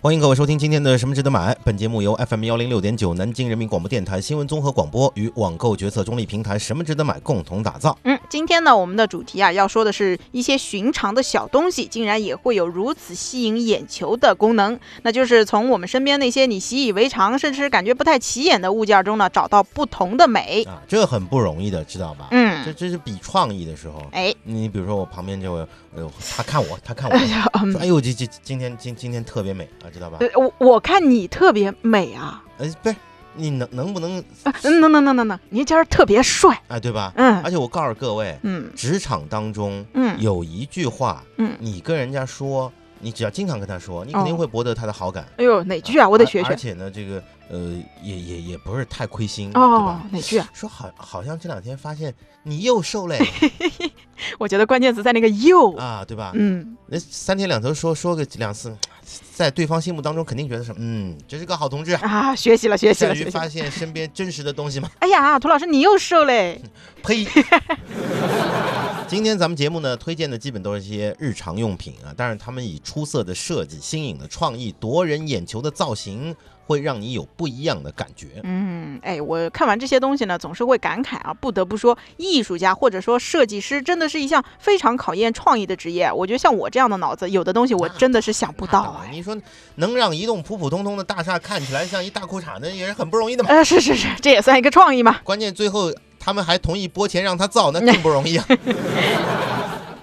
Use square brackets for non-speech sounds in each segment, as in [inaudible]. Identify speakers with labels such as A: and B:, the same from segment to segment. A: 欢迎各位收听今天的《什么值得买》。本节目由 FM 幺零六点九南京人民广播电台新闻综合广播与网购决策中立平台“什么值得买”共同打造。
B: 嗯，今天呢，我们的主题啊，要说的是一些寻常的小东西，竟然也会有如此吸引眼球的功能。那就是从我们身边那些你习以为常，甚至是感觉不太起眼的物件中呢，找到不同的美。
A: 啊，这很不容易的，知道吧？这
B: 嗯，
A: 这是比创意的时候。
B: 哎， [laughs]
A: 你比如说我旁边这位，哎呦，他看我，他看我，说哎呦，这这今天今今天特别美啊，知道吧？
B: 呃我我看你特别美啊，
A: 哎，不是，你能能不能
B: 啊嗯，能能能能能，你今儿特别帅，
A: 哎，对吧？
B: 嗯
A: 而且我告诉各位，
B: 嗯
A: 职场当中
B: 嗯
A: 有一句话，
B: 嗯，哦
A: 你跟人家说，你只要经常跟他说，你肯定会博得他的好感。
B: 哎呦，哪句啊？我得
A: 而
B: 学
A: 而
B: 学。
A: 且呢，这个呃，也也也不是太亏心，对
B: 哦
A: 吧？，[laughs]
B: 哪句啊？
A: 说好，好像这两天发现你又瘦
B: [laughs]
A: 嘞
B: 我觉得关键词在那个又，
A: 啊，对吧？
B: 嗯，
A: 那三天两头说说个两次，在对方心目当中肯定觉得什么，嗯，这是个好同志啊。
B: 啊，学习了，学习了，
A: 善
B: 学
A: 于
B: 习了
A: 发。现身边真实的东西
B: [laughs]
A: 吗？
B: 哎呀，涂老师你又瘦嘞， [laughs]
A: 呸！今天咱们节目呢，推荐的基本都是一些日常用品啊，但是他们以出色的设计、新颖的创意、夺人眼球的造型，会让你有不一样的感觉。
B: 嗯，哎，我看完这些东西呢，总是会感慨啊，不得不说，艺术家或者说设计师真的是一项非常考验创意的职业。我觉得像我这样的脑子，有的东西我真的是想不到哎。
A: 你说能让一栋普普通通的大厦看起来像一大裤衩那也是很不容易的
B: [laughs]
A: 嘛。
B: 呃，是是是，这也算一个创意嘛。
A: 关键最后他们还同意拨钱让他造，那更不容
B: [laughs]
A: 易啊。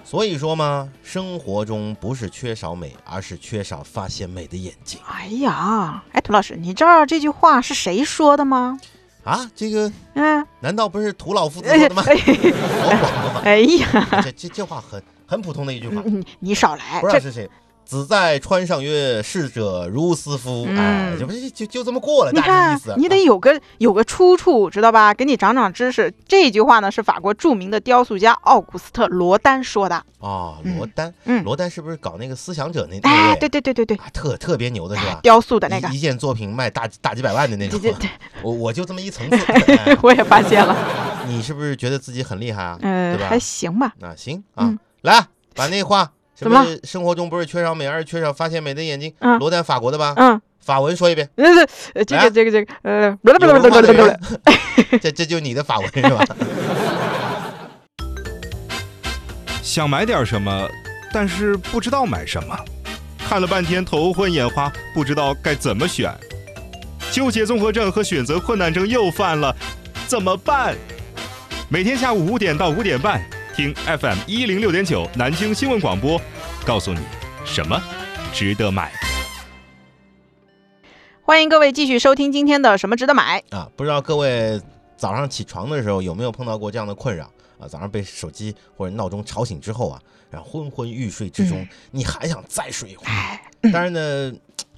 A: 所以说嘛，生活中不是缺少美，而是缺少发现美的眼睛
B: 哎呀，哎，涂老师，你知道这句话是谁说的吗？
A: 啊！这个
B: 嗯，
A: 难道不是土老夫子
B: 哎
A: 说
B: 呀
A: 的吗？
B: 哎
A: 我管不管？
B: [laughs] 哎呀，
A: 这这这话很很普通的一句话，
B: 你你少来，
A: 不知道
B: 嗯这
A: 是谁。子在川上曰：“逝者如斯夫。”哎，
B: 嗯
A: 这不是就就这么过了，
B: 你
A: 大概
B: 看
A: 意思。，啊
B: 你得有个有个出处，知道吧？给你长长知识。这句话呢是法国著名的雕塑家奥古斯特·罗丹说的。
A: 哦，
B: 嗯
A: 罗丹，
B: 嗯
A: 罗丹是不是搞那个思想者那那
B: 哎，
A: 位？
B: 对对对对对，
A: 啊，特特别牛的是
B: 哎
A: 吧？
B: 雕塑的那个 [laughs]
A: 一，一件作品卖大大几百万的那
B: 对
A: 种
B: 对，对，
A: [laughs] 我我就这么一
B: [laughs]
A: 层次。哎
B: 我也发
A: [laughs]
B: 现了，
A: 你是不是觉得自己很厉害啊？
B: 嗯、
A: 对吧
B: 还行吧。
A: 那行啊
B: 嗯，
A: 来把那话什
B: 怎么
A: 么生活中不是缺少美，而是缺少发现美的眼睛。
B: 嗯
A: 罗丹法国的吧？
B: 嗯，
A: 法文说一遍。
B: 呃，呃这
A: 来啊
B: 个这个这个，呃，
A: 有文化的人 [laughs] 这这就是你的法文是吧？
C: 想买点什么，但是不知道买什么，看了半天头昏眼花，不知道该怎么选，纠结综合症和选择困难症又犯了，怎么办？每天下午五点到五点半，听 FM 一零六点九南京新闻广播，告诉你什么值得买。
B: 欢迎各位继续收听今天的什么值得买。
A: 啊，不知道各位早上起床的时候有没有碰到过这样的困扰啊？早上被手机或者闹钟吵醒之后啊，然后昏昏欲睡之中，
B: 嗯
A: 你还想再睡一会儿，
B: 哎，
A: 但是呢，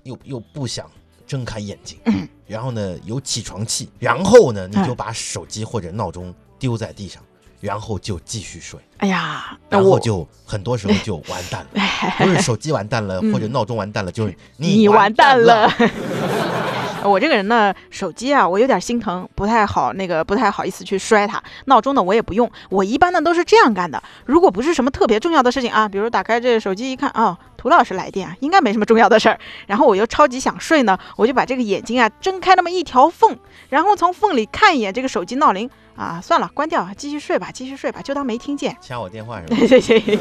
A: 又又不想睁开眼睛，
B: 嗯
A: 然后呢有起床气，然后呢你
B: 嗯
A: 就把手机或者闹钟丢在地上，然后就继续睡，
B: 哎呀，那
A: 然后
B: 我
A: 就很多时候就完蛋了。
B: 哎
A: 不是手机完蛋了，
B: 嗯
A: 或者闹钟完蛋了，就是
B: 你
A: 完
B: 完
A: 蛋
B: 蛋了。 [laughs] 我这个人呢，手机啊，我有点心疼，不太好那个，不太好意思去摔它。闹钟呢，我也不用。我一般呢都是这样干的，如果不是什么特别重要的事情啊，比如打开这个手机一看，哦，涂老师来电啊，应该没什么重要的事儿。然后我又超级想睡呢，我就把这个眼睛啊睁开那么一条缝，然后从缝里看一眼这个手机闹铃啊，算了，关掉，继续睡吧，继续睡吧，就当没听见。 [laughs]
A: 掐我电话是吧？
B: 对对对，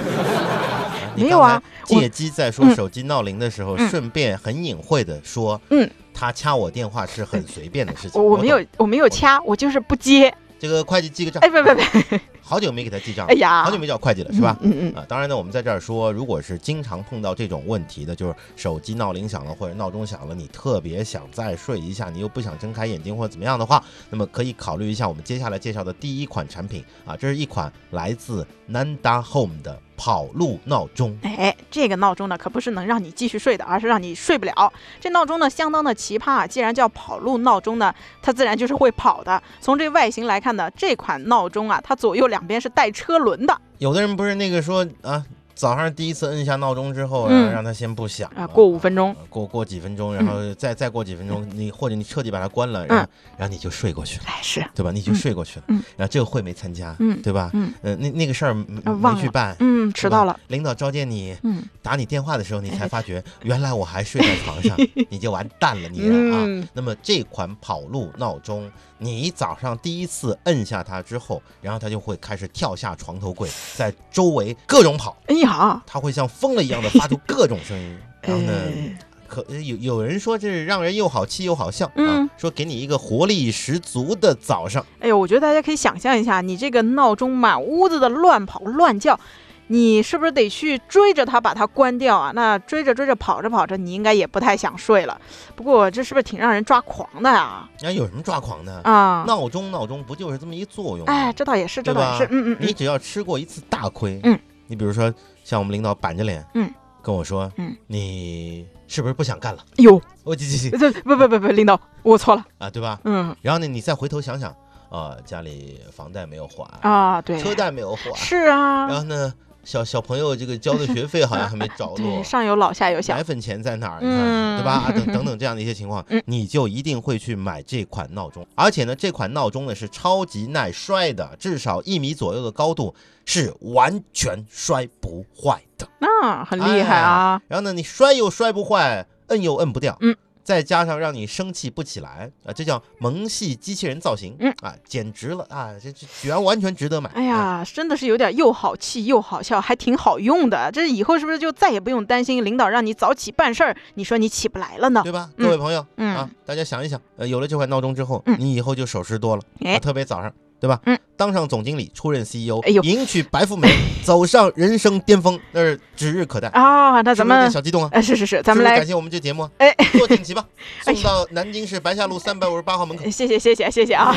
A: 你
B: 没
A: 刚
B: 有啊
A: 才
B: 我
A: 借机在说
B: 嗯
A: 手机闹铃的时候，
B: 嗯
A: 顺便很隐晦的说，
B: 嗯，
A: 他掐我电话是很随便的事情。
B: 我我
A: 懂
B: 没有我没有掐，我就是不接。
A: 这个会计记个账
B: 哎，，别别别，
A: 好久没给他记账
B: 哎
A: 了，
B: 呀，
A: 好久没叫会计了，是吧？
B: 嗯嗯。嗯
A: 啊，当然呢，我们在这儿说，如果是经常碰到这种问题的，就是手机闹铃响了或者闹钟响了，你特别想再睡一下，你又不想睁开眼睛或者怎么样的话，那么可以考虑一下我们接下来介绍的第一款产品啊，这是一款来自 Nanda Home 的跑路闹钟。
B: 哎，这个闹钟呢，可不是能让你继续睡的，而是让你睡不了。这闹钟呢，相当的奇葩啊。既然叫跑路闹钟呢，它自然就是会跑的。从这外形来看呢，这款闹钟啊，它左右两边是带车轮的。
A: 有的人不是那个说啊，早上第一次摁下闹钟之后，
B: 嗯
A: 然后让它先不响
B: 啊，过五分钟，嗯
A: 呃过过几分钟，然后再再过几分钟，你或者你彻底把它关了，然后然后你就睡过去了，
B: 哎是，
A: 对吧？你就睡过去了
B: 嗯，
A: 然后这个会没参加，
B: 嗯
A: 对吧？
B: 嗯
A: 呃，那那个事儿没
B: 啊忘
A: 没去
B: 了
A: 办，
B: 嗯，迟
A: 对吧
B: 到了，，
A: 领导召见你，
B: 嗯
A: 打你电话的时候，你
B: [laughs]
A: 才发觉原来我还睡在床上，你就完蛋了你啊！
B: 嗯，
A: 那么这款跑路闹钟，你早上第一次摁下它之后，然后它就会开始跳下床头柜，在周围各种跑，
B: 哎呀，
A: 它会像疯了一样的发出各种声音，然后呢？
B: 哎
A: 可呃有有人说这是让人又好气又好笑、
B: 嗯
A: 啊，说给你一个活力十足的早上，
B: 哎呦，我觉得大家可以想象一下，你这个闹钟满屋子的乱跑乱叫，你是不是得去追着它把它关掉啊？那追着追着跑着跑着，你应该也不太想睡了。不过这是不是挺让人抓狂的呀？
A: 那、有什么抓狂的？
B: 啊，
A: 闹钟闹钟不就是这么一作用吗？
B: 哎，这倒也是，这
A: 对
B: 倒也是
A: 吧，
B: 嗯嗯
A: 你
B: 嗯，
A: 只要吃过一次大亏，
B: 嗯，
A: 你比如说像我们领导板着脸，
B: 嗯，
A: 跟我说，
B: 嗯，
A: 你是不是不想干了？？Oh，
B: 哎呦，
A: 我这这这
B: 这不不不不，领导，我错了，
A: 啊，对吧？
B: 嗯
A: 然后呢，你再回头想想，啊，家里房贷没有还，
B: 啊，对，
A: 车贷没有还，
B: 是啊
A: 然，后呢，小小朋友这个交的学费好像还没着落啊 [laughs] 哎
B: 对，。上有老下有小
A: 奶，粉钱在哪儿？
B: 嗯
A: 你看对吧？啊
B: [laughs]
A: 等等等这样的一些情况
B: 嗯，
A: 你就一定会去买这款闹钟。而且呢，这款闹钟呢是超级耐摔的，至少一米左右的高度是完全摔不坏的。
B: 那很厉
A: 哎
B: 害啊，
A: 然后呢，你摔又摔不坏，摁又摁不掉，
B: 嗯，
A: 再加上让你生气不起来啊，这叫萌系机器人造型，
B: 嗯
A: 啊，简直了啊，这这居然完全值得买。
B: 哎
A: 啊，
B: 呀，真的是有点又好气又好笑，还挺好用的。这以后是不是就再也不用担心领导让你早起办事儿，你说你起不来了呢？
A: 对吧，
B: 嗯
A: 各位朋友、
B: 嗯
A: 啊，大家想一想，呃，有了这款闹钟之后，
B: 嗯
A: 你以后就守时多了，
B: 哎
A: 啊特别早上。对吧？
B: 嗯，
A: 当上总经理，出任 CEO，、
B: 哎呦
A: 迎娶白
B: [laughs]
A: 富美，走上人生巅峰，那是指日可待。
B: 啊，那
A: 是
B: 咱
A: 不是有点
B: 们
A: 小激动啊？
B: 呃，是是是，咱们
A: 是不是
B: 来
A: 感，谢我们这节目啊，
B: 哎，
A: 坐锦旗吧，
B: [laughs] 哎
A: 送到南京市白下路三百五十八号门口。
B: [laughs] 谢谢谢谢谢谢 [laughs] 啊！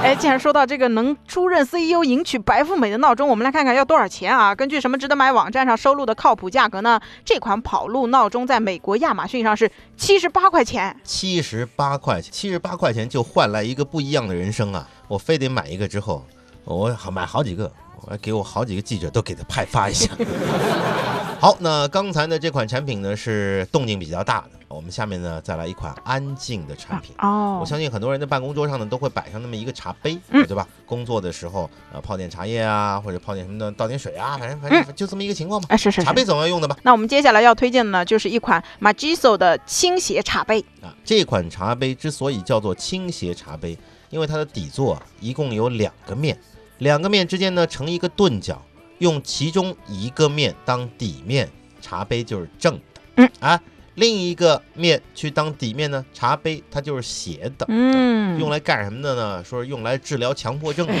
B: 哎，既然说到这个能出任 E CEO 迎娶白富美的闹钟，我们来看看要多少钱啊？根据什么值得买网站上收录的靠谱价格呢？这款跑路闹钟在美国亚马逊上是七十八块钱。
A: 七十八块钱，七十八块钱就换来一个不一样的人生啊！我非得买一个之后，我好买好几个，我还给我好几个记者都给他派发一下。 [laughs] 好，那刚才呢这款产品呢是动静比较大的，我们下面呢再来一款安静的产品。
B: 哦
A: 我，相信很多人的办公桌上呢都会摆上那么一个茶杯，
B: 嗯
A: 对吧？工作的时候，呃，泡点茶叶啊，或者泡点什么的，倒点水啊，反正反正就这么一个情况嘛。
B: 哎，是是
A: 茶
B: 是。
A: 杯总要用的吧？
B: 那我们接下来要推荐的呢，就是一款 Magiso 的倾斜茶杯。
A: 啊，这款茶杯之所以叫做倾斜茶杯，因为它的底座啊一共有两个面，两个面之间呢成一个钝角，用其中一个面当底面，茶杯就是正的。
B: 嗯
A: 啊，另一个面去当底面呢，茶杯它就是斜的。
B: 嗯
A: 用来干什么的呢？说是用来治疗强迫症的。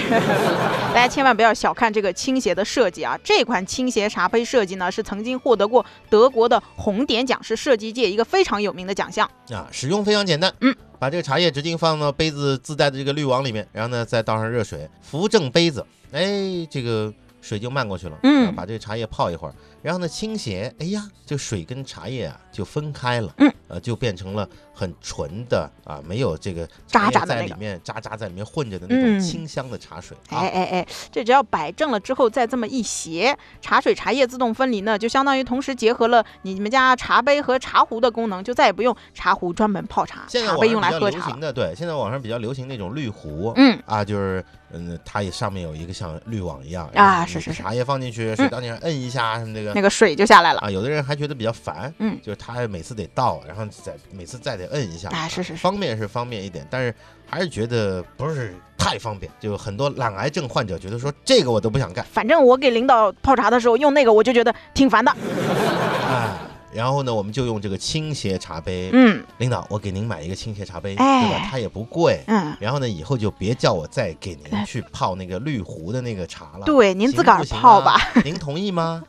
B: 大家千万不要小看这个倾斜的设计啊！这款倾斜茶杯设计呢，是曾经获得过德国的红点奖，是设计界一个非常有名的奖项。
A: 啊，使用非常简单，
B: 嗯，
A: 把这个茶叶直径放到杯子自带的这个滤网里面，然后呢再倒上热水，扶正杯子，哎，这个水就漫过去了，
B: 嗯
A: 啊把这个茶叶泡一会儿，然后呢倾斜，哎呀，这水跟茶叶啊就分开了，
B: 嗯，
A: 呃，就变成了很纯的啊，没有这个
B: 渣
A: 茶叶
B: 渣的
A: 在
B: 那
A: 里
B: 个
A: 面渣渣在里面混着的那种
B: 嗯
A: 清香的茶水、
B: 哎
A: 啊。
B: 哎哎，这只要摆正了之后，再这么一斜，茶水茶叶自动分离呢，就相当于同时结合了你们家茶杯和茶壶的功能，就再也不用茶壶专门泡茶，
A: 现在
B: 茶
A: 网
B: 杯用
A: 上
B: 来
A: 比较
B: 喝
A: 流
B: 茶
A: 行
B: 了。
A: 的，对，现在网上比较流行那种滤壶，
B: 嗯，
A: 啊，就是嗯，它也上面有一个像滤网一样
B: 啊
A: 然后
B: 是是
A: 你
B: 是嗯
A: 茶叶放进去，水到你上摁一下什么这个
B: 那个水就下来了。
A: 啊，有的人还觉得比较烦，
B: 嗯
A: 就是他每次得倒，然后再每次再得摁一下，
B: 啊是是是
A: 方便是方便一点，但是还是觉得不是太方便，就很多懒癌症患者觉得说这个我都不想干，
B: 反正我给领导泡茶的时候用那个，我就觉得挺烦的。
A: 哎。然后呢，我们就用这个倾斜茶杯。
B: 嗯
A: 领导，我给您买一个倾斜茶杯，
B: 哎
A: 对吧？它也不贵。
B: 嗯，
A: 然后呢，以后就别叫我再给您
B: 哎
A: 去泡那个绿壶的那个茶了。
B: 对，您
A: 行
B: 自个
A: 不
B: 儿
A: 行
B: 泡
A: 啊
B: 吧。。
A: 您同意
B: [laughs]
A: 吗？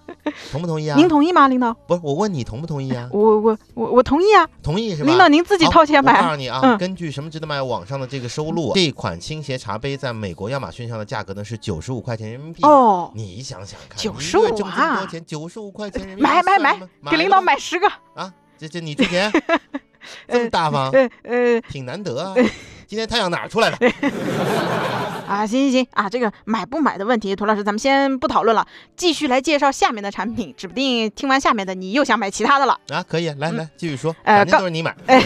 A: 同不同意啊？
B: 您同意吗，领导？
A: 不是我问你同不同意啊？
B: 我我我我同意啊，
A: 同意是吧？
B: 领导您自己
A: 好
B: 掏钱
A: 我告
B: 买。
A: 诉你啊，
B: 嗯哦
A: 根据什么值得买网上的这个收录啊，这款倾斜茶杯在美国亚马逊上的价格呢是九十五块钱人民币。，
B: 哦，
A: 你想想看，
B: 95
A: 你一个月挣这么多
B: 啊
A: 钱，九十五块钱人民币，
B: 买买
A: 算
B: 买
A: 吗，
B: 给领导
A: 了吗
B: 买十个。 [laughs]
A: 啊！这这你出钱，这么大方，
B: 呃呃，呃
A: 挺难得啊。今天太阳哪儿出来的？
B: 啊，行行行啊，这个买不买的问题，涂老师咱们先不讨论了，继续来介绍下面的产品，指不定听完下面的你又想买其他的了。
A: 啊，可以，来来继续说，
B: 呃
A: 反正
B: 刚
A: 都是你买。
B: 哎，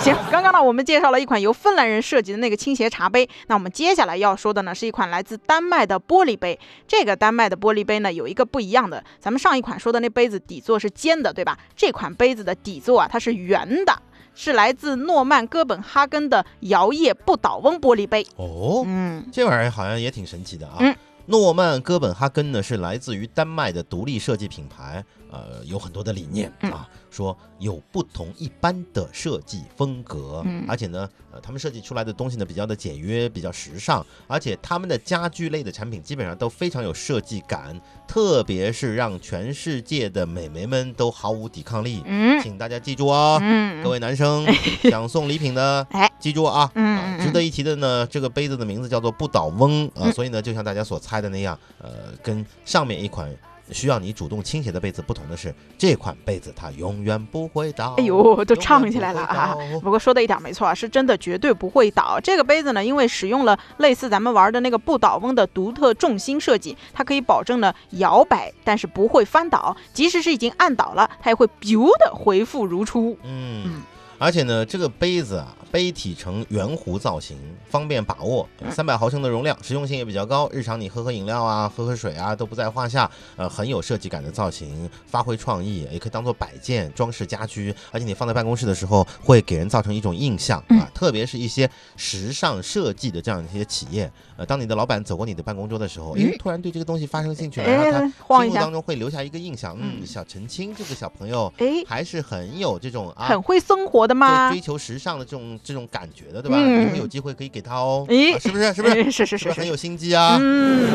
B: 行，刚刚呢我们介绍了一款由芬兰人设计的那个倾斜茶杯，那我们接下来要说的呢是一款来自丹麦的玻璃杯。这个丹麦的玻璃杯呢有一个不一样的，咱们上一款说的那杯子底座是尖的，对吧？这款杯子的底座啊它是圆的。是来自诺曼哥本哈根的摇曳不倒翁玻璃杯。
A: 哦，
B: 嗯，
A: 这玩意儿好像也挺神奇的啊。
B: 嗯
A: 诺曼哥本哈根呢是来自于丹麦的独立设计品牌，呃，有很多的理念
B: 嗯
A: 啊，说有不同一般的设计风格，
B: 嗯
A: 而且呢，呃，他们设计出来的东西呢比较的简约，比较时尚，而且他们的家居类的产品基本上都非常有设计感，特别是让全世界的美眉们都毫无抵抗力。
B: 嗯
A: 请大家记住哦，
B: 嗯，
A: 各位男生
B: [laughs]
A: 想送礼品的，
B: 哎，
A: 记住啊。
B: 嗯
A: 啊
B: 嗯，
A: 值得一提的呢，这个杯子的名字叫做不倒翁啊，
B: 嗯
A: 所以呢，就像大家所猜的那样，呃，跟上面一款需要你主动倾斜的杯子不同的是，这款杯子它永远不会倒。
B: 哎呦，都唱起来了啊
A: 永远不！会倒哦
B: 不过说的一点没错，啊是真的绝对不会倒。这个杯子呢，因为使用了类似咱们玩的那个不倒翁的独特重心设计，它可以保证呢摇摆，但是不会翻倒。即使是已经按倒了，它也会 biu 的恢复如初。
A: 嗯
B: 嗯，
A: 而且呢，这个杯子啊，杯体呈圆弧造型，方便把握，
B: 嗯
A: 三百毫升的容量，实用性也比较高。日常你喝喝饮料啊，喝喝水啊，都不在话下。呃，很有设计感的造型，发挥创意，也可以当做摆件、装饰家居。而且你放在办公室的时候，会给人造成一种印象
B: 嗯
A: 啊，特别是一些时尚设计的这样一些企业，呃，当你的老板走过你的办公桌的时候，诶，突然对这个东西发生兴趣了，然后他
B: 嗯哎，晃
A: 心
B: 一
A: 目
B: 下
A: 当，中会留下一个印象，嗯，
B: 嗯
A: 小陈青这个小朋友。
B: 哎，
A: 还是很有这种啊，
B: 很会生活的
A: 对
B: 嘛
A: 追。求时尚的这种这种感觉的，对吧？
B: 嗯
A: 以后有机会可以给他哦，
B: 咦
A: 啊是不是？是不是？
B: 哎是是
A: 是不
B: 是
A: 是很
B: 是，
A: 有心机啊？
B: 嗯，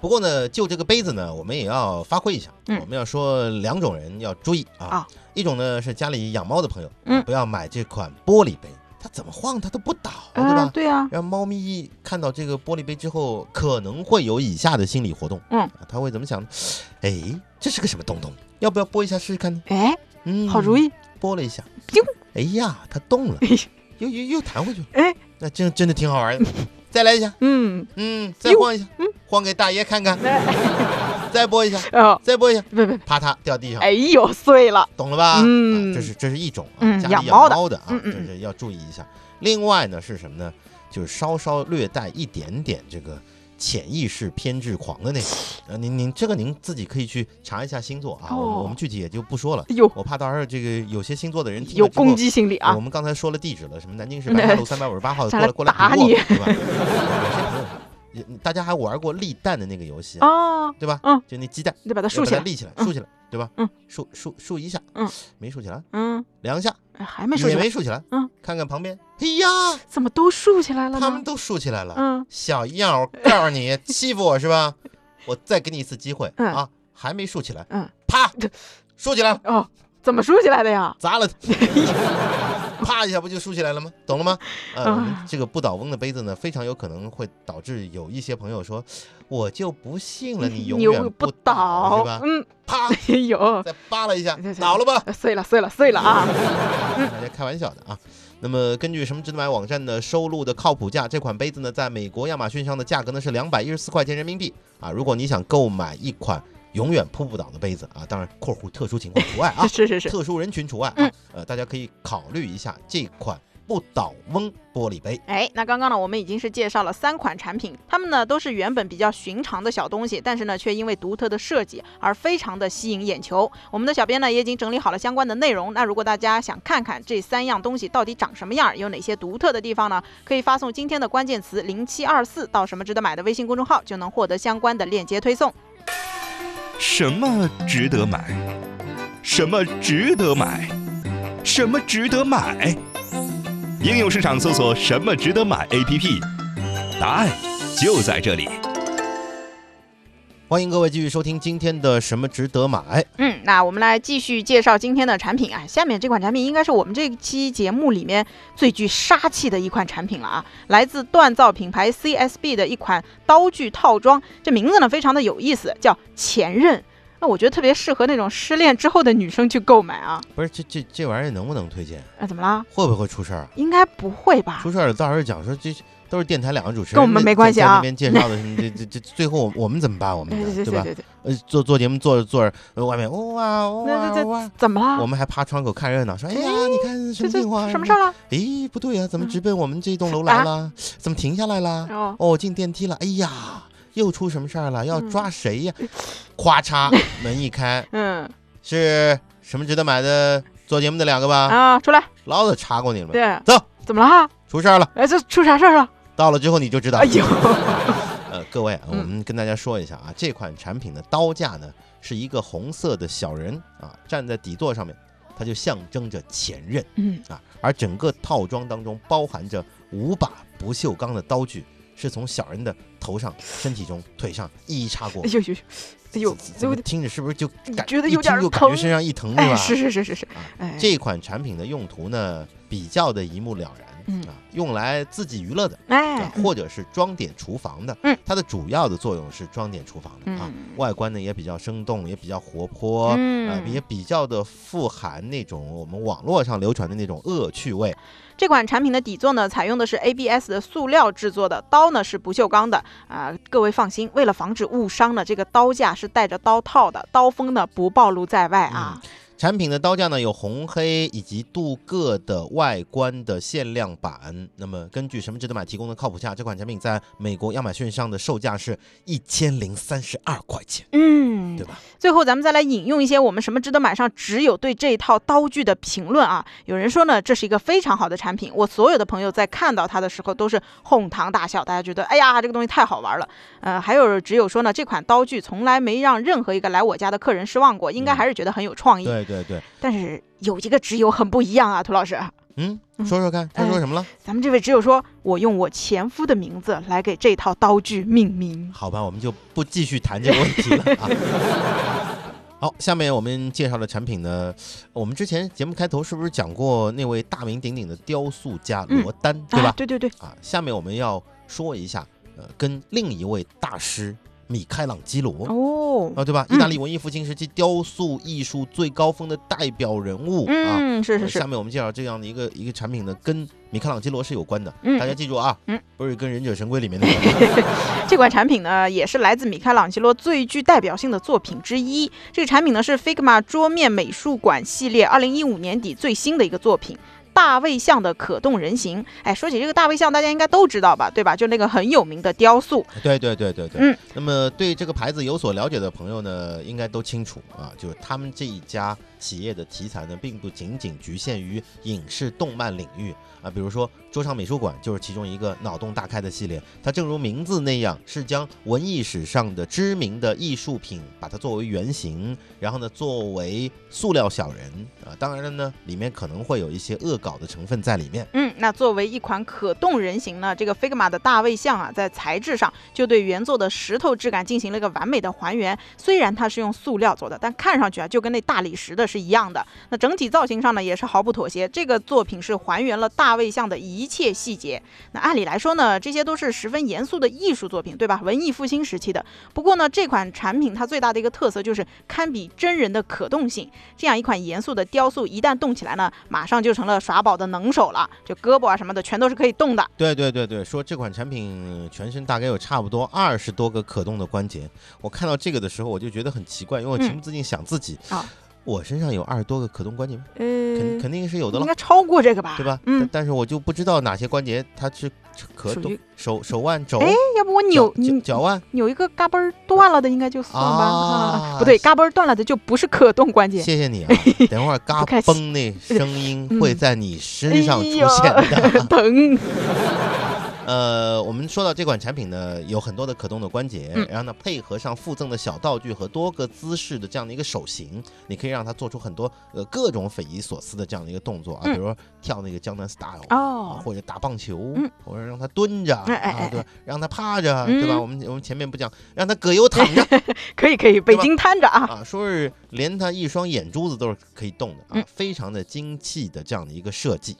A: 不过呢，就这个杯子呢，我们也要发挥一下。
B: 嗯
A: 我们要说两种人要注意啊，
B: 啊
A: 一种呢是家里养猫的朋友，啊
B: 嗯
A: 不要买这款玻璃杯，它怎么晃它都不倒，对
B: 啊
A: 吧？
B: 对啊，
A: 让猫咪一看到这个玻璃杯之后，可能会有以下的心理活动。
B: 嗯
A: 啊，它会怎么想呢？哎，这是个什么东东？要不要拨一下试试看呢？
B: 哎，
A: 嗯，
B: 好主意，
A: 拨了一下
B: 啾，
A: 哎呀，它动了
B: 哎，
A: 又又又弹回去了。
B: 哎，
A: 那真真的挺好玩的。再来一下，
B: 嗯，
A: 嗯，再
B: 哟
A: 晃一下，晃给大爷看看，
B: 哎
A: [laughs] 再拨一下，
B: 哦，
A: 再拨一下，
B: 不不，
A: 啪嗒掉地上，
B: 哎呦，碎了，
A: 懂了吧？
B: 嗯
A: 啊这是这是一种啊，
B: 嗯
A: 家
B: 养
A: 里
B: 猫的
A: 猫的啊
B: 嗯，嗯
A: 这是要注意一下。另外呢是什么呢？就是稍稍略带一点点这个。潜意识偏执狂的那种，呃，您您这个您自己可以去查一下星座啊，我们
B: 哦
A: 我们具体也就不说了，
B: 哎呦，
A: 我怕到时候这个有些星座的人听了
B: 有
A: 之后
B: 攻击心理啊
A: 我。们刚才说了地址了，什么南京市白山路三百五十八号，过来过来
B: 上来
A: 堵我
B: 打
A: 对吧？有些朋友也，大家还玩过立蛋的那个游戏，
B: 哦，
A: 对吧？
B: 嗯，
A: 就那鸡蛋
B: 你得把它
A: 要
B: 竖
A: 把
B: 起
A: 它
B: 来。
A: 立起来，
B: 嗯
A: 竖起来，对吧？
B: 嗯，
A: 竖竖竖一下，
B: 嗯，
A: 没竖起来，
B: 嗯，
A: 两下
B: 哎还没竖起
A: 也
B: 来
A: 没，竖起来，
B: 嗯，
A: 看看旁边，哎呀，
B: 怎么都竖起来了
A: 他们
B: 呢？
A: 都竖起来了，
B: 嗯，
A: 小样儿，我告诉你，欺负我是吧？我再给你一次机会
B: 嗯
A: 啊，还没竖起来，
B: 嗯，
A: 啪，竖起来了。
B: 哦，怎么竖起来的呀？
A: 砸了 [laughs] 它，啪一下不就竖起来了吗？懂了吗？呃
B: 啊，
A: 这个不倒翁的杯子呢，非常有可能会导致有一些朋友说，我就不信了，你永远
B: 不
A: 倒，
B: 倒
A: 是吧，？
B: 嗯， [laughs]
A: 啪，
B: 哎呦，
A: 再扒拉一下
B: [laughs] 对对，对
A: 倒了吧？
B: 碎了碎了碎了啊！），
A: 大家开玩笑的啊。那么根据什么值得买网站的收录的靠谱价，这款杯子呢，在美国亚马逊上的价格呢是两百一十四块钱人民币啊。如果你想购买一款永远扑不倒的杯子啊，当然（括弧特殊情况除外 [laughs] 啊
B: [laughs] 是是是，
A: 特殊人群除外啊。
B: 嗯
A: 呃，大家可以考虑一下这款不倒翁玻璃杯。
B: 哎，那刚刚呢，我们已经是介绍了三款产品，它们呢都是原本比较寻常的小东西，但是呢却因为独特的设计而非常的吸引眼球。我们的小编呢也已经整理好了相关的内容，那如果大家想看看这三样东西到底长什么样儿，有哪些独特的地方呢？可以发送今天的关键词零七二四到什么值得买的微信公众号，就能获得相关的链接推送。
C: 什么值得买？什么值得买？什么值得买？应用市场搜索“什么值得买 ”APP，答案就在这里。
A: 欢迎各位继续收听今天的《什么值得买
B: 嗯，那我们来继续介绍今天的产品啊。下面这款产品应该是我们这期节目里面最具杀气的一款产品了啊，来自锻造品牌 CSB 的一款刀具套装，这名字呢非常的有意思，叫前任。那我觉得特别适合那种失恋之后的女生去购买啊。
A: 不是这这这玩意儿能不能推荐？
B: 啊，怎么啦？
A: 会不会出事儿啊？
B: 应该不会吧？
A: 出事儿了，到时候讲说这都是电台两个主持人，
B: 跟我们没
A: 那
B: 关系
A: 在
B: 啊
A: 那边介绍的什么，这这这最后我我们怎么办？我
B: [laughs]
A: 们
B: 对对
A: 这
B: 对
A: 吧？
B: 对对，
A: 呃，做做节目做着做着，呃外面哇哇
B: 那这
A: 哇，
B: 怎么啦
A: 我？们还趴窗口看热闹，说
B: [laughs]
A: 哎呀，你看什
B: 这
A: 么
B: 这
A: 情况？
B: 什么事？儿了？
A: 啊哎，不对呀，怎么
B: 嗯
A: 直奔我们这栋楼来
B: [laughs] 啊
A: 了？怎么停下来了？
B: 然后
A: 哦，进电梯了，哎呀，又出什么事儿了？要
B: 嗯
A: 抓谁呀？咵
B: [laughs]
A: 嚓，门一开，
B: 嗯
A: 是什么值得买的？做节目的两个吧，
B: 啊，出来，
A: 老早查过你了吧？
B: 对，啊
A: 走，
B: 怎么啦？
A: 出事儿了，
B: 哎，这出啥事儿了？
A: 到了之后你就知道。
B: 哎呦，
A: 呃，各位啊，我
B: 嗯
A: 们跟大家说一下啊，这款产品的刀架呢是一个红色的小人啊，站在底座上面，它就象征着前任
B: 嗯，
A: 啊。而整个套装当中包含着五把不锈钢的刀具，是从小人的头上、身体中、腿上一一插过
B: 哎。呦呦，哎呦
A: 怎，怎
B: 有
A: 么
B: 点，
A: 听着是不是就感
B: 觉得
A: 一
B: 有点
A: 听就感觉
B: 疼
A: 身上一疼，对
B: 哎，
A: 吧？
B: 是是是是是
A: 啊，
B: 哎，
A: 这款产品的用途呢比较的一目了然，
B: 嗯
A: 啊，用来自己娱乐的。
B: 哎
A: 啊，或者是装点厨房的，
B: 嗯，
A: 它的主要的作用是装点厨房的啊
B: 嗯，
A: 外观呢也比较生动，也比较活泼，啊，也
B: 嗯，
A: 比较的富含那种我们网络上流传的那种恶趣味，
B: 这款产品的底座呢，采用的是 ABS 的塑料制作的，刀呢是不锈钢的啊、各位放心，为了防止误伤呢，这个刀架是带着刀套的，刀锋呢不暴露在外啊。
A: 产品的刀架呢有红黑以及镀铬的外观的限量版。那么根据什么值得买提供的靠谱价，这款产品在美国亚马逊上的售价是一千零三十二块钱，
B: 嗯
A: 对，吧？
B: 最后咱们再来引用一些我们什么值得买上只有对这一套刀具的评论啊。有人说呢，这是一个非常好的产品，我所有的朋友在看到它的时候都是哄堂大笑，大家觉得哎呀这个东西太好玩了。呃，还有只有说呢，这款刀具从来没让任何一个来我家的客人失望过，应该还是觉得很有创意。
A: 嗯对对对，
B: 但是有一个挚友很不一样啊，涂老师，
A: 嗯，
B: 嗯
A: 说说看，他说什么了？
B: 咱们这位挚友说，我用我前夫的名字来给这套刀具命名。
A: 好吧，我们就不继续谈这个问题了啊。 [laughs] 好，下面我们介绍的产品呢，我们之前节目开头是不是讲过那位大名鼎鼎的雕塑家
B: 嗯
A: 罗丹，对吧
B: 啊？？对对对，
A: 啊，下面我们要说一下，呃，跟另一位大师米开朗基罗啊、
B: 哦，
A: 对吧？意大利文艺复兴时期雕塑艺术最高峰的代表人物、啊。
B: 嗯，是
A: 呃
B: 是是
A: 下，面我们介绍这样的一个一个产品呢，跟米开朗基罗是有关的，
B: 嗯
A: 大家记住啊，
B: 嗯
A: 不是跟《忍者神龟》里面的关系
B: 这款产品呢，也是来自米开朗基罗最具代表性的作品之一。这个产品呢是 Figma 桌面美术馆系列二零一五年底最新的一个作品。大卫像的可动人形，哎，说起这个大卫像，大家应该都知道吧，对吧？就那个很有名的雕塑，
A: 对对对对对，
B: 嗯
A: 那么对这个牌子有所了解的朋友呢，应该都清楚啊，就是他们这一家企业的题材呢，并不仅仅局限于影视动漫领域啊，比如说桌上美术馆就是其中一个脑洞大开的系列，它正如名字那样，是将文艺史上的知名的艺术品，把它作为原型，然后呢作为塑料小人啊，当然了呢，里面可能会有一些恶搞的成分在里面。
B: 嗯，那作为一款可动人形呢，这个 Figma 的大卫像啊，在材质上就对原作的石头质感进行了一个完美的还原。虽然它是用塑料做的，但看上去啊就跟那大理石的是一样的。那整体造型上呢也是毫不妥协。这个作品是还原了大卫像的一切细节。那按理来说呢，这些都是十分严肃的艺术作品，对吧？文艺复兴时期的。不过呢，这款产品它最大的一个特色就是堪比真人的可动性。这样一款严肃的雕塑，一旦动起来呢，马上就成了耍宝的能手了，就胳膊啊什么的全都是可以动的。
A: 对对对对，说这款产品全身大概有差不多二十多个可动的关节。我看到这个的时候，我就觉得很奇怪，因为我
B: 嗯
A: 情不自禁想自己，
B: 啊
A: 我身上有二十多个可动关节吗？肯
B: 嗯，
A: 肯定是有的
B: 应
A: 了，
B: 该超过这个吧？
A: 对吧？但
B: 嗯，
A: 但是我就不知道哪些关节它是可
B: 属
A: 动
B: 于，
A: 手手腕、肘、
B: 哎要不我
A: 脚
B: 扭
A: 脚
B: 你
A: 脚腕。
B: 扭一个嘎嘣儿断了的，应该就算吧？
A: 啊
B: 不对，嘎嘣儿断了的就不是可动关节。
A: 谢谢
B: [laughs]
A: 你啊，等会儿嘎
B: 不客气
A: 嘣那声音会
B: 嗯
A: 在你身上出
B: 哎呀
A: 现的。
B: 疼，
A: 呃，我们说到这款产品呢，有很多的可动的关节，
B: 嗯
A: 然后呢，配合上附赠的小道具和多个姿势的这样的一个手型，你可以让它做出很多呃各种匪夷所思的这样的一个动作啊，
B: 嗯
A: 比如说跳那个江南 style 啊，
B: 哦，
A: 或者打棒球，
B: 嗯
A: 或者让它蹲着
B: 哎哎
A: 啊
B: 哎，
A: 对吧？让它趴着，对吧？
B: 嗯
A: 我们我们前面不讲，让它葛优躺着
B: 可以可以，北
A: 吧
B: 京摊着啊，
A: 啊，说是连它一双眼珠子都是可以动的啊
B: 嗯，
A: 非常的精细的这样的一个设计。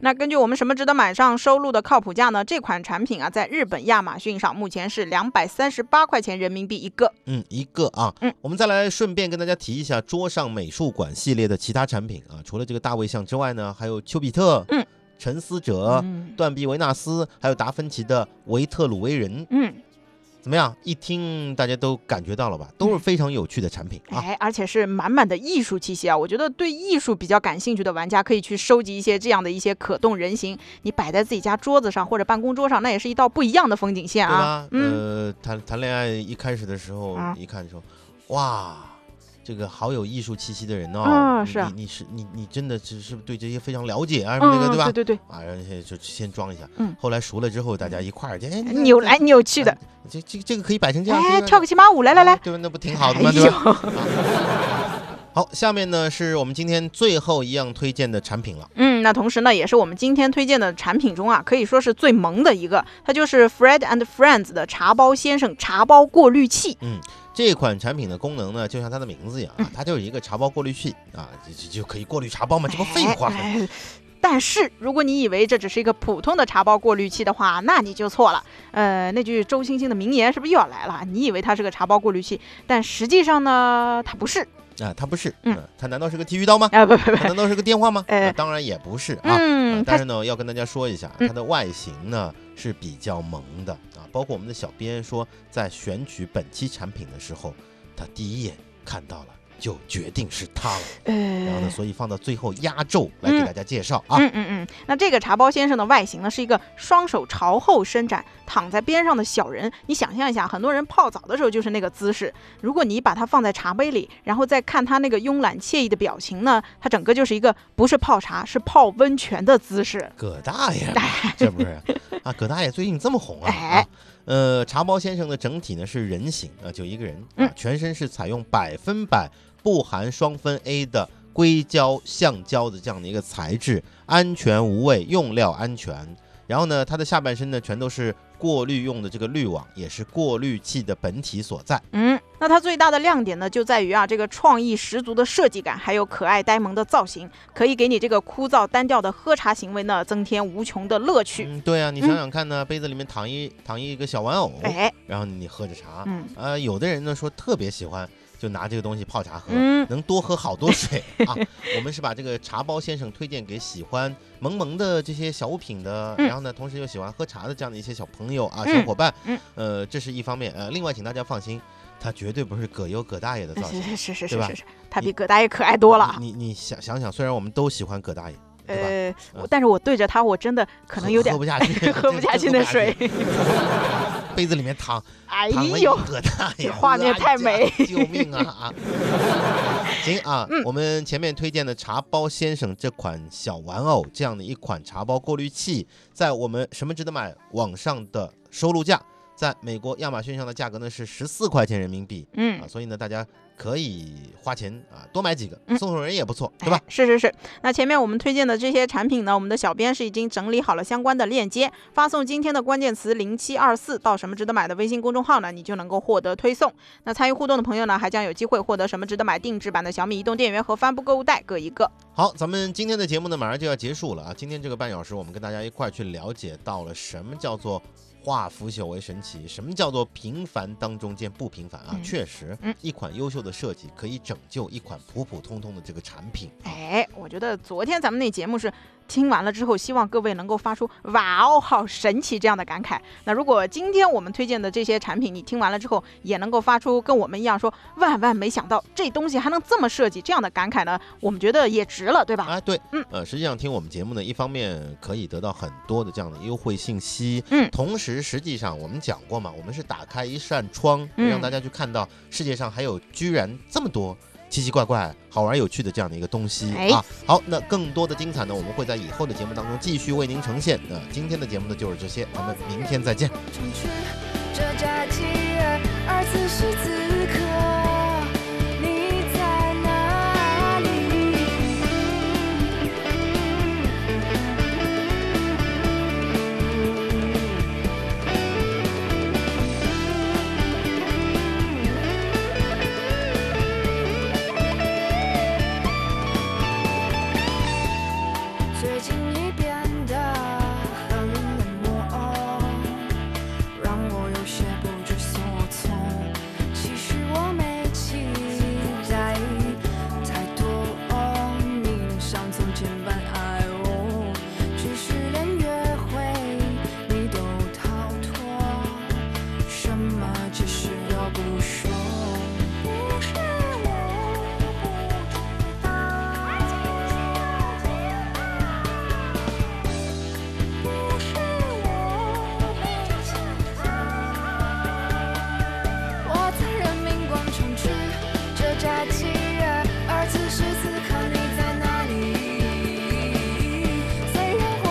B: 那根据我们什么值得买上收录的靠谱价呢，这款产品啊，在日本亚马逊上目前是两百三十八块钱人民币一个。
A: 嗯，一个啊，
B: 嗯，
A: 我们再来顺便跟大家提一下桌上美术馆系列的其他产品啊，除了这个大卫像之外呢，还有丘比特，
B: 嗯，
A: 沉思者，
B: 嗯
A: 断臂维纳斯，还有达芬奇的《维特鲁威人》，
B: 嗯，
A: 怎么样？一听大家都感觉到了吧？都是非常有趣的产品啊。
B: 哎，而且是满满的艺术气息啊！我觉得对艺术比较感兴趣的玩家，可以去收集一些这样的一些可动人形，你摆在自己家桌子上或者办公桌上，那也是一道不一样的风景线
A: 对
B: 啊
A: 吧。？
B: 嗯，
A: 呃，谈谈恋爱一开始的时候，
B: 啊
A: 一看说，哇，这个好有艺术气息的人哦，
B: 嗯
A: 你
B: 是啊
A: 你你是你你真的是是不是对这些非常了解啊什么那
B: 嗯，
A: 个对吧？
B: 对对
A: 啊，然后先就先装一下，
B: 嗯
A: 后来熟了之后，大家一块儿就哎
B: 对，
A: 你看
B: [laughs] 扭来扭去的，
A: 这这这个可以摆成这样，
B: 哎，
A: 这个
B: 跳个骑马舞，来来来
A: 啊，对吧？那不挺好的
B: 哎
A: 吗？对吧？
B: 呦， [laughs]
A: 好，下面呢是我们今天最后一样推荐的产品了。
B: 嗯，那同时呢，也是我们今天推荐的产品中啊，可以说是最萌的一个，它就是 Fred and Friends 的茶包先生茶包过滤器。
A: 这款产品的功能呢，就像它的名字一样
B: 嗯
A: 啊，它就是一个茶包过滤器啊，就就就可以过滤茶包嘛，这不废话吗？
B: 哎哎但是，如果你以为这只是一个普通的茶包过滤器的话，那你就错了。呃，那句周星星的名言是不是又要来了？你以为它是个茶包过滤器，但实际上呢，它不是。
A: 啊，它不是，
B: 嗯
A: 啊，它难道是个剃须刀
B: [laughs]
A: 吗？
B: 哎，不不
A: 它
B: 不，
A: 难啊道是个电话吗？
B: 哎
A: 啊当然也不是啊。
B: 嗯，
A: 啊但
B: 它
A: 是呢，要跟大家说一下，
B: 嗯
A: 它的外形呢是比较萌的啊。包括我们的小编说，在选取本期产品的时候，他第一眼看到了就决定是它了。然后
B: 呃
A: 呢，。所以放到最后压轴来给
B: 嗯
A: 大家介绍啊。
B: 嗯嗯嗯，那这个茶包先生的外形呢，是一个双手朝后伸展、躺在边上的小人。你想象一下，很多人泡澡的时候就是那个姿势。如果你把它放在茶杯里，然后再看他那个慵懒惬意的表情呢，他整个就是一个不是泡茶，是泡温泉的姿势。
A: 葛大爷嘛， [laughs] 这不是啊？葛大爷最近这么红啊？啊
B: 哎
A: 呃，茶包先生的整体呢是人形啊，就一个人啊
B: 嗯，
A: 全身是采用百分百不含双酚 A 的硅胶橡胶的这样的一个材质，安全无味，用料安全。然后呢，它的下半身呢全都是过滤用的这个滤网，也是过滤器的本体所在。
B: 嗯，那它最大的亮点呢，就在于啊，这个创意十足的设计感，还有可爱呆萌的造型，可以给你这个枯燥单调的喝茶行为呢，增添无穷的乐趣。
A: 嗯，对啊，你想想看呢，杯子里面躺一躺一个小玩偶，
B: 哎，
A: 然后你喝着茶，
B: 嗯
A: 呃，有的人呢说特别喜欢，就拿这个东西泡茶喝，
B: 嗯
A: 能多喝好多水
B: [laughs]
A: 啊。我们是把这个茶包先生推荐给喜欢萌萌的这些小物品的，
B: 嗯
A: 然后呢，同时又喜欢喝茶的这样的一些小朋友啊、
B: 嗯
A: 小伙伴，
B: 嗯
A: 呃，这是一方面。呃，另外，请大家放心，它绝对不是葛优葛大爷的造型。
B: 是是是
A: 对
B: 是
A: 吧
B: 是是，它
A: 你
B: 比葛大爷可爱哎多了啊。
A: 你你你想想想，虽然我们都喜欢葛大爷，对吧？
B: 呃，我
A: 嗯
B: 但是我对着它，我真的可能
A: 喝
B: 有点
A: 喝不下去，
B: [laughs] 喝不
A: 真
B: 下去的水。。
A: [laughs]
B: [laughs]
A: 真喝不下去杯子里面躺
B: 哎
A: 躺了一
B: 呦，
A: 个大爷，
B: 这画面
A: 哎
B: 太
A: 呀
B: 美嗯
A: 救命啊
B: [laughs]
A: 啊！行啊，我们前面推荐的茶包先生这款小玩偶这样的一款茶包过滤器，在我们什么值得买网上的收录价，在美国亚马逊上的价格呢是十四块钱人民币
B: 嗯
A: 啊，。所以呢大家可以花钱啊多买几个，
B: 嗯
A: 送送人也不错，对吧
B: 哎？？是是是。那前面我们推荐的这些产品呢，我们的小编是已经整理好了相关的链接，发送今天的关键词零七二四到什么值得买的微信公众号呢，你就能够获得推送。那参与互动的朋友呢，还将有机会获得什么值得买定制版的小米移动电源和帆布购物袋各一个。
A: 好，咱们今天的节目呢，马上就要结束了啊！今天这个半小时，我们跟大家一块儿去了解到了什么叫做化腐朽为神奇，什么叫做平凡当中见不平凡啊！
B: 嗯
A: 确实
B: 嗯，
A: 一款优秀的设计可以拯救一款普普通通的这个产品啊！
B: 哎，我觉得昨天咱们那节目是听完了之后，希望各位能够发出“哇哦，好神奇”这样的感慨。那如果今天我们推荐的这些产品，你听完了之后也能够发出跟我们一样说“万万没想到这东西还能这么设计”这样的感慨呢，我们觉得也值了，对吧？
A: 啊，对，
B: 嗯，
A: 呃，实际上听我们节目呢，一方面可以得到很多的这样的优惠信息，
B: 嗯
A: 同时实际上我们讲过嘛，我们是打开一扇窗，
B: 嗯
A: 让大家去看到世界上还有居然这么多。奇奇怪怪、好玩有趣的这样的一个东西、
B: 哎
A: 啊！好，那更多的精彩呢，我们会在以后的节目当中继续为您呈现。那、今天的节目呢就是这些，咱们明天再见。
D: 城市，这扎记儿，而此时此刻，你在哪里？最近你变得很冷漠。哎啊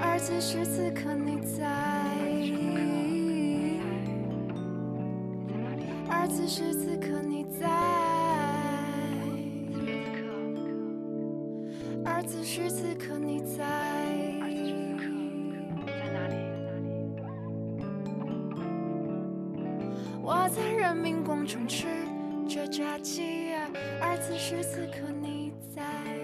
D: 啊此时此刻你在，而此时此刻你在，我在人啊民广场吃着炸鸡，而此时此刻你在。